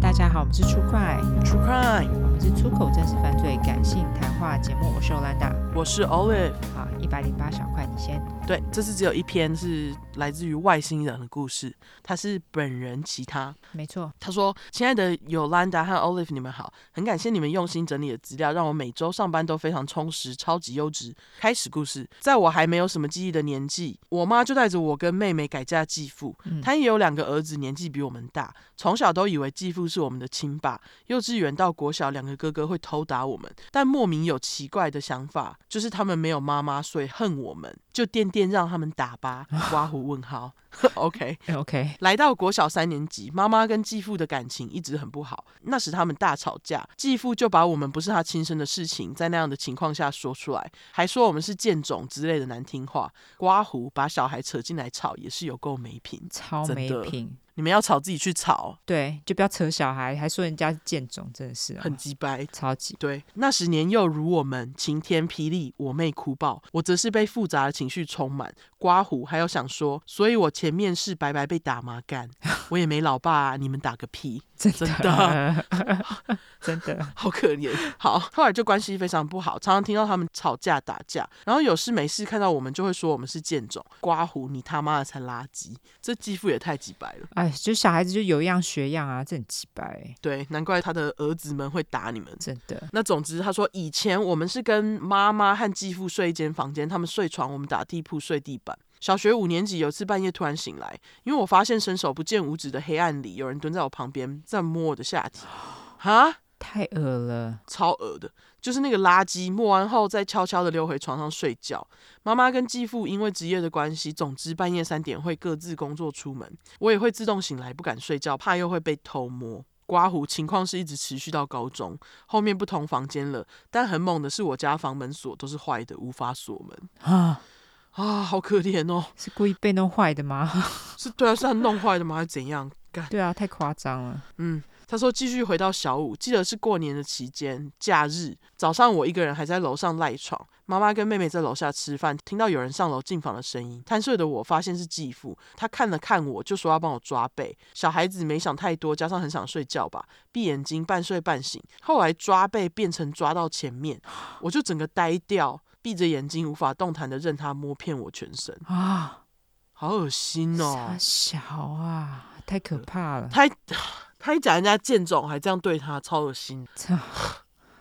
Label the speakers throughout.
Speaker 1: 大家好，我们是出快，
Speaker 2: True Crime，
Speaker 1: 我们是出口真实犯罪感性谈话节目，我是欧兰达。
Speaker 2: 我是 Olive。
Speaker 1: 好，一百零八小块，你先。
Speaker 2: 对，这次只有一篇是来自于外星人的故事，他是本人吉他。
Speaker 1: 没错，
Speaker 2: 他说：“亲爱的尤兰达和 Olive，你们好，很感谢你们用心整理的资料，让我每周上班都非常充实，超级优质。”开始故事，在我还没有什么记忆的年纪，我妈就带着我跟妹妹改嫁继父，
Speaker 1: 嗯
Speaker 2: 她也有两个儿子，年纪比我们大，从小都以为继父是我们的亲爸。幼稚园到国小，两个哥哥会偷打我们，但莫名有奇怪的想法，就是他们没有妈妈，所以恨我们，就垫垫让他们打吧。刮胡问号 ，OK。
Speaker 1: 哎 OK，
Speaker 2: 来到国小三年级，妈妈跟继父的感情一直很不好。那时他们大吵架，继父就把我们不是他亲生的事情，在那样的情况下说出来，还说我们是贱种之类的难听话。刮胡把小孩扯进来吵，也是有够没品。
Speaker 1: 超没
Speaker 2: 真的
Speaker 1: 品。
Speaker 2: 你们要吵自己去吵，
Speaker 1: 对，就不要扯小孩，还说人家是贱种，真的是、啊、
Speaker 2: 很鸡掰。
Speaker 1: 超级。
Speaker 2: 对，那时年幼如我们，晴天霹雳，我妹哭爆，我则是被复杂的情绪充满，刮胡，还有想说，所以我前面是白白被打麻干， 我也没老爸、啊，你们打个屁，
Speaker 1: 真
Speaker 2: 真
Speaker 1: 的， 真的，
Speaker 2: 好可怜。好，后来就关系非常不好，常常听到他们吵架打架，然后有事没事看到我们就会说我们是贱种，刮胡，你他妈的才垃圾，这继父也太鸡掰了。
Speaker 1: 哎，就小孩子就有样学样啊，这很鸡掰，
Speaker 2: 对，难怪他的儿子们会打你们。
Speaker 1: 真的。
Speaker 2: 那总之，他说以前我们是跟妈妈和继父睡一间房间，他们睡床，我们打地铺睡地板。小学五年级有一次半夜突然醒来，因为我发现伸手不见五指的黑暗里，有人蹲在我旁边在摸我的下体， 哈，
Speaker 1: 太恶了，
Speaker 2: 超恶的，就是那个垃圾摸完后再悄悄的溜回床上睡觉。妈妈跟继父因为职业的关系，总之半夜三点会各自工作出门，我也会自动醒来，不敢睡觉，怕又会被偷摸。刮胡情况是一直持续到高中，后面不同房间了，但很猛的是我家房门锁都是坏的，无法锁门
Speaker 1: 啊！
Speaker 2: 啊，好可怜哦！
Speaker 1: 是故意被弄坏的吗？
Speaker 2: 是对啊，是他弄坏的吗？还是怎样？干，
Speaker 1: 对啊，太夸张了。
Speaker 2: 嗯，他说继续回到小五，记得是过年的期间，假日早上我一个人还在楼上赖床，妈妈跟妹妹在楼下吃饭，听到有人上楼进房的声音，贪睡的我发现是继父，他看了看我就说要帮我抓背，小孩子没想太多，加上很想睡觉吧，闭眼睛半睡半醒，后来抓背变成抓到前面，我就整个呆掉，闭着眼睛无法动弹的任他摸遍我全身，
Speaker 1: 啊，
Speaker 2: 好恶心哦
Speaker 1: 傻！小啊，太可怕了，
Speaker 2: 他还他还讲人家贱种，还这样对他，超恶心，
Speaker 1: 操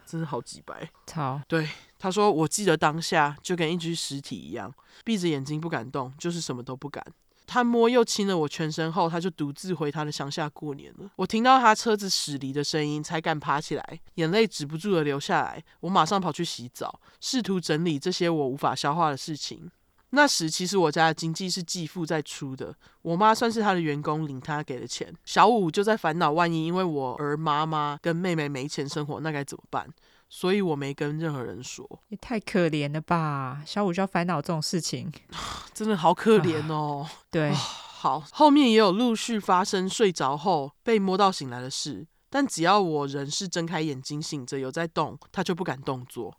Speaker 2: 真的好几白。
Speaker 1: 操，
Speaker 2: 他说：“我记得当下就跟一具尸体一样，闭着眼睛不敢动，就是什么都不敢。”他摸又亲了我全身后，他就独自回他的乡下过年了。我听到他车子驶离的声音，才敢爬起来，眼泪止不住的流下来。我马上跑去洗澡，试图整理这些我无法消化的事情。那时其实我家的经济是继父在出的，我妈算是他的员工，领他给的钱。小五就在烦恼，万一因为我而妈妈跟妹妹没钱生活，那该怎么办？所以我没跟任何人说。
Speaker 1: 也太可怜了吧！小五就要烦恼这种事情，
Speaker 2: 真的好可怜哦。
Speaker 1: 对，
Speaker 2: 好，后面也有陆续发生睡着后被摸到醒来的事，但只要我人是睁开眼睛醒着有在动，他就不敢动作。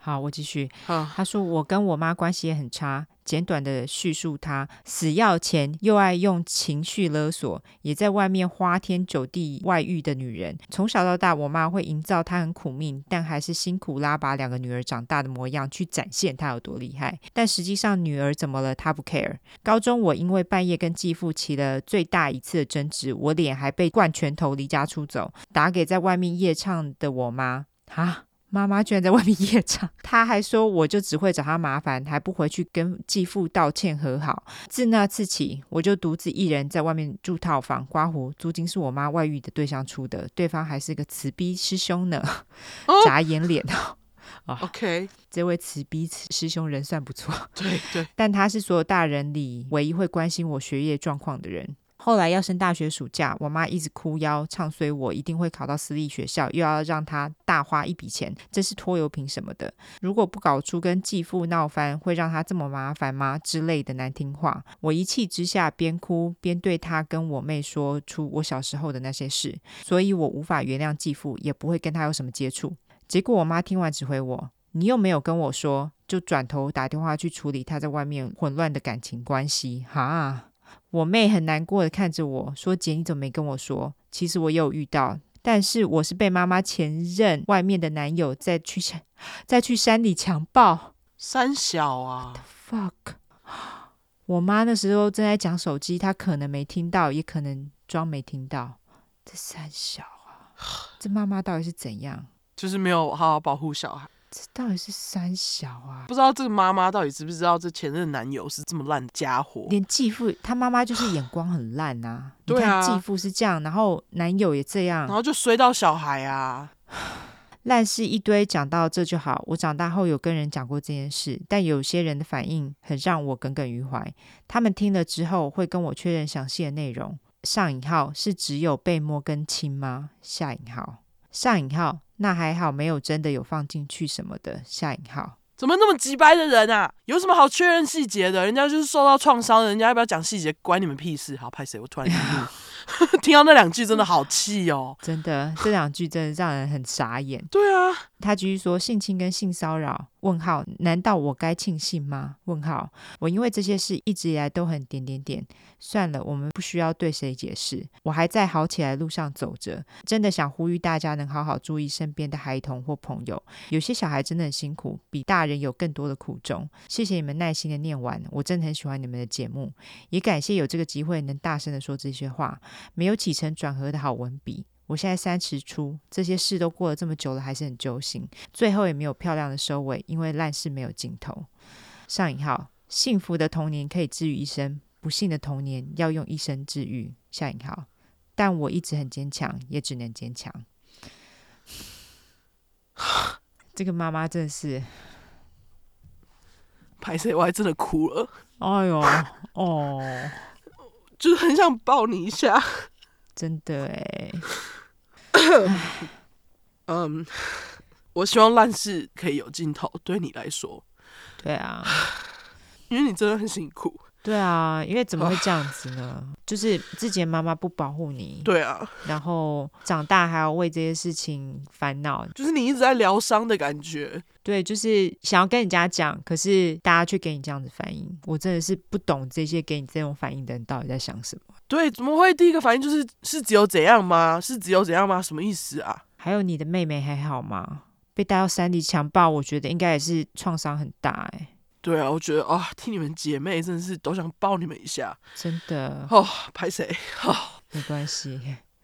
Speaker 1: 好，我继续。
Speaker 2: 啊，
Speaker 1: 他说我跟我妈关系也很差，简短的叙述她死要钱又爱用情绪勒索，也在外面花天酒地外遇的女人。从小到大，我妈会营造她很苦命，但还是辛苦拉拔两个女儿长大的模样，去展现她有多厉害。但实际上，女儿怎么了，她不 care。高中我因为半夜跟继父起了最大一次的争执，我脸还被灌拳头离家出走，打给在外面夜唱的我妈。啊，妈妈居然在外面 夜场，她还说我就只会找她麻烦，还不回去跟继父道歉和好。自那次起，我就独自一人在外面住套房，刮胡，租金是我妈外遇的对象出的，对方还是个慈逼师兄呢，
Speaker 2: 哦
Speaker 1: 眨眼脸 哦。
Speaker 2: OK，
Speaker 1: 这位慈逼师兄人算不错，
Speaker 2: 对对，
Speaker 1: 但他是所有大人里唯一会关心我学业状况的人。后来要升大学暑假，我妈一直哭腰唱衰我一定会考到私立学校，又要让她大花一笔钱，这是拖油瓶什么的。如果不搞出跟继父闹翻，会让她这么麻烦吗？之类的难听话。我一气之下，边哭边对她跟我妹说出我小时候的那些事，所以我无法原谅继父，也不会跟他有什么接触。结果我妈听完只回我：“你又没有跟我说。”就转头打电话去处理她在外面混乱的感情关系。哈，我妹很难过的看着我说：“姐，你怎么没跟我说？其实我也有遇到，但是我是被妈妈前任外面的男友再去山再去山里强暴。
Speaker 2: 三小啊，
Speaker 1: ”fuck！我妈那时候正在讲手机，她可能没听到，也可能装没听到。这三小啊，这妈妈到底是怎样？
Speaker 2: 就是没有好好保护小孩。
Speaker 1: 这到底是三小啊？
Speaker 2: 不知道这个妈妈到底知不知道这前任男友是这么烂家伙？
Speaker 1: 连继父他妈妈就是眼光很烂 啊！你
Speaker 2: 对啊
Speaker 1: 看继父是这样，然后男友也这样
Speaker 2: 然，后就衰到小孩啊，
Speaker 1: 烂事一堆。讲到这就好，我长大后有跟人讲过这件事，但有些人的反应很让我耿耿于怀。他们听了之后会跟我确认详细的内容。上引号是只有被摸跟亲吗？下引号上引号那还好没有真的有放进去什么的。下引号
Speaker 2: 怎么那么急掰的人啊？有什么好确认细节的？人家就是受到创伤，人家要不要讲细节，关你们屁事？好，拍谁？我突然听 听到那两句真的好气哦。
Speaker 1: 真的这两句真的让人很傻眼。
Speaker 2: 对啊，
Speaker 1: 他继续说：“性侵跟性骚扰？问号？难道我该庆幸吗？问号？我因为这些事一直以来都很点点点。算了，我们不需要对谁解释。我还在好起来路上走着，真的想呼吁大家能好好注意身边的孩童或朋友。有些小孩真的很辛苦，比大人有更多的苦衷。谢谢你们耐心的念完，我真的很喜欢你们的节目，也感谢有这个机会能大声的说这些话，没有起承转合的好文笔。”我现在三十出，这些事都过了这么久了，还是很揪心。最后也没有漂亮的收尾，因为烂事没有尽头。上引号，幸福的童年可以治愈一生，不幸的童年要用一生治愈。下引号，但我一直很坚强，也只能坚强。 这个妈妈真的是，
Speaker 2: 拍谁？我还真的哭了，
Speaker 1: 哎呦，哦，
Speaker 2: 就是很想抱你一下。
Speaker 1: 真的哎，
Speaker 2: 嗯，我希望烂事可以有尽头，对你来说，
Speaker 1: 对啊。
Speaker 2: 因为你真的很辛苦。
Speaker 1: 对啊，因为怎么会这样子呢？就是自己的妈妈不保护你，
Speaker 2: 对啊，
Speaker 1: 然后长大还要为这些事情烦恼，
Speaker 2: 就是你一直在疗伤的感觉。
Speaker 1: 对，就是想要跟人家讲，可是大家却给你这样子反应，我真的是不懂这些给你这种反应的人到底在想什么。
Speaker 2: 对，怎么会第一个反应就是是只有怎样吗？是只有怎样吗？什么意思啊？
Speaker 1: 还有你的妹妹还好吗？被带到山里强暴，我觉得应该也是创伤很大哎、
Speaker 2: 对啊，我觉得啊、替你们姐妹真的是都想抱你们一下。
Speaker 1: 真的
Speaker 2: 哦，拍谁？
Speaker 1: 没关系，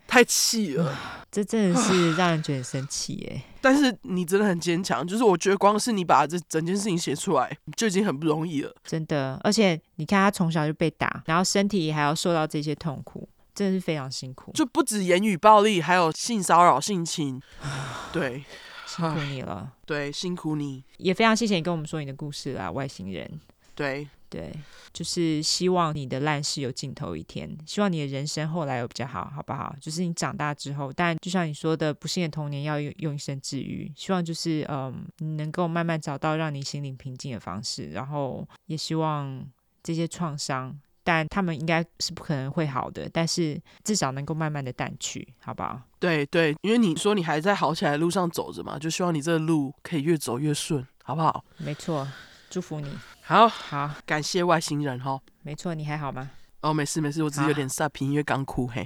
Speaker 2: 太气了。
Speaker 1: 这真的是让人觉得很生气哎、
Speaker 2: 但是你真的很坚强，就是我觉得光是你把这整件事情写出来就已经很不容易了。
Speaker 1: 真的。而且你看她从小就被打，然后身体还要受到这些痛苦，真的是非常辛苦，
Speaker 2: 就不止言语暴力，还有性骚扰、性侵。对
Speaker 1: 辛苦你了。
Speaker 2: 对，辛苦你。
Speaker 1: 也非常谢谢你跟我们说你的故事啦，外星人。
Speaker 2: 对，
Speaker 1: 对，就是希望你的烂事有尽头一天，希望你的人生后来有比较好，好不好？就是你长大之后，但就像你说的，不幸的童年要用用一生治愈。希望就是嗯，你能够慢慢找到让你心灵平静的方式，然后也希望这些创伤，但他们应该是不可能会好的，但是至少能够慢慢的淡去，好不好？
Speaker 2: 对对，因为你说你还在好起来的路上走着嘛，就希望你这个路可以越走越顺，好不好？
Speaker 1: 没错，祝福你。
Speaker 2: 好，
Speaker 1: 好，
Speaker 2: 感谢外星人哈。
Speaker 1: 没错，你还好吗？
Speaker 2: 哦，没事没事，我只是
Speaker 1: 好
Speaker 2: 有点煞皮，因为刚哭嘿，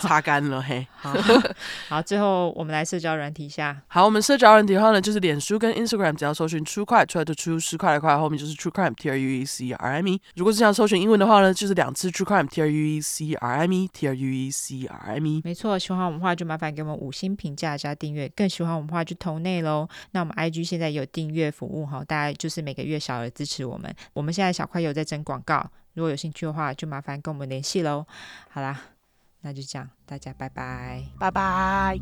Speaker 2: 擦干了嘿。
Speaker 1: 好， 好，最后我们来社交软体一下。
Speaker 2: 好，我们社交软体的话呢，就是脸书跟 Instagram，只要搜寻 True Crime，出来就出十块的块，后面就是 True Crime T R U E C R I M E。如果是想搜寻英文的话呢，就是两次 True Crime T R U E C R I M E T R U E C R I M E。
Speaker 1: 没错，喜欢我们的话就麻烦给我们五星评价加订阅，更喜欢我们的话就投内喽。那我们 IG 现在也有订阅服务哈，大家就是每个月小额支持我们。我们现在小块有在征广告，如果有兴趣的话就麻烦跟我们联系喽。好啦，那就这样，大家拜拜。
Speaker 2: 拜拜。